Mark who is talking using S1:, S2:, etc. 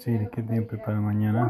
S1: Sí, ¿qué tiempo para mañana?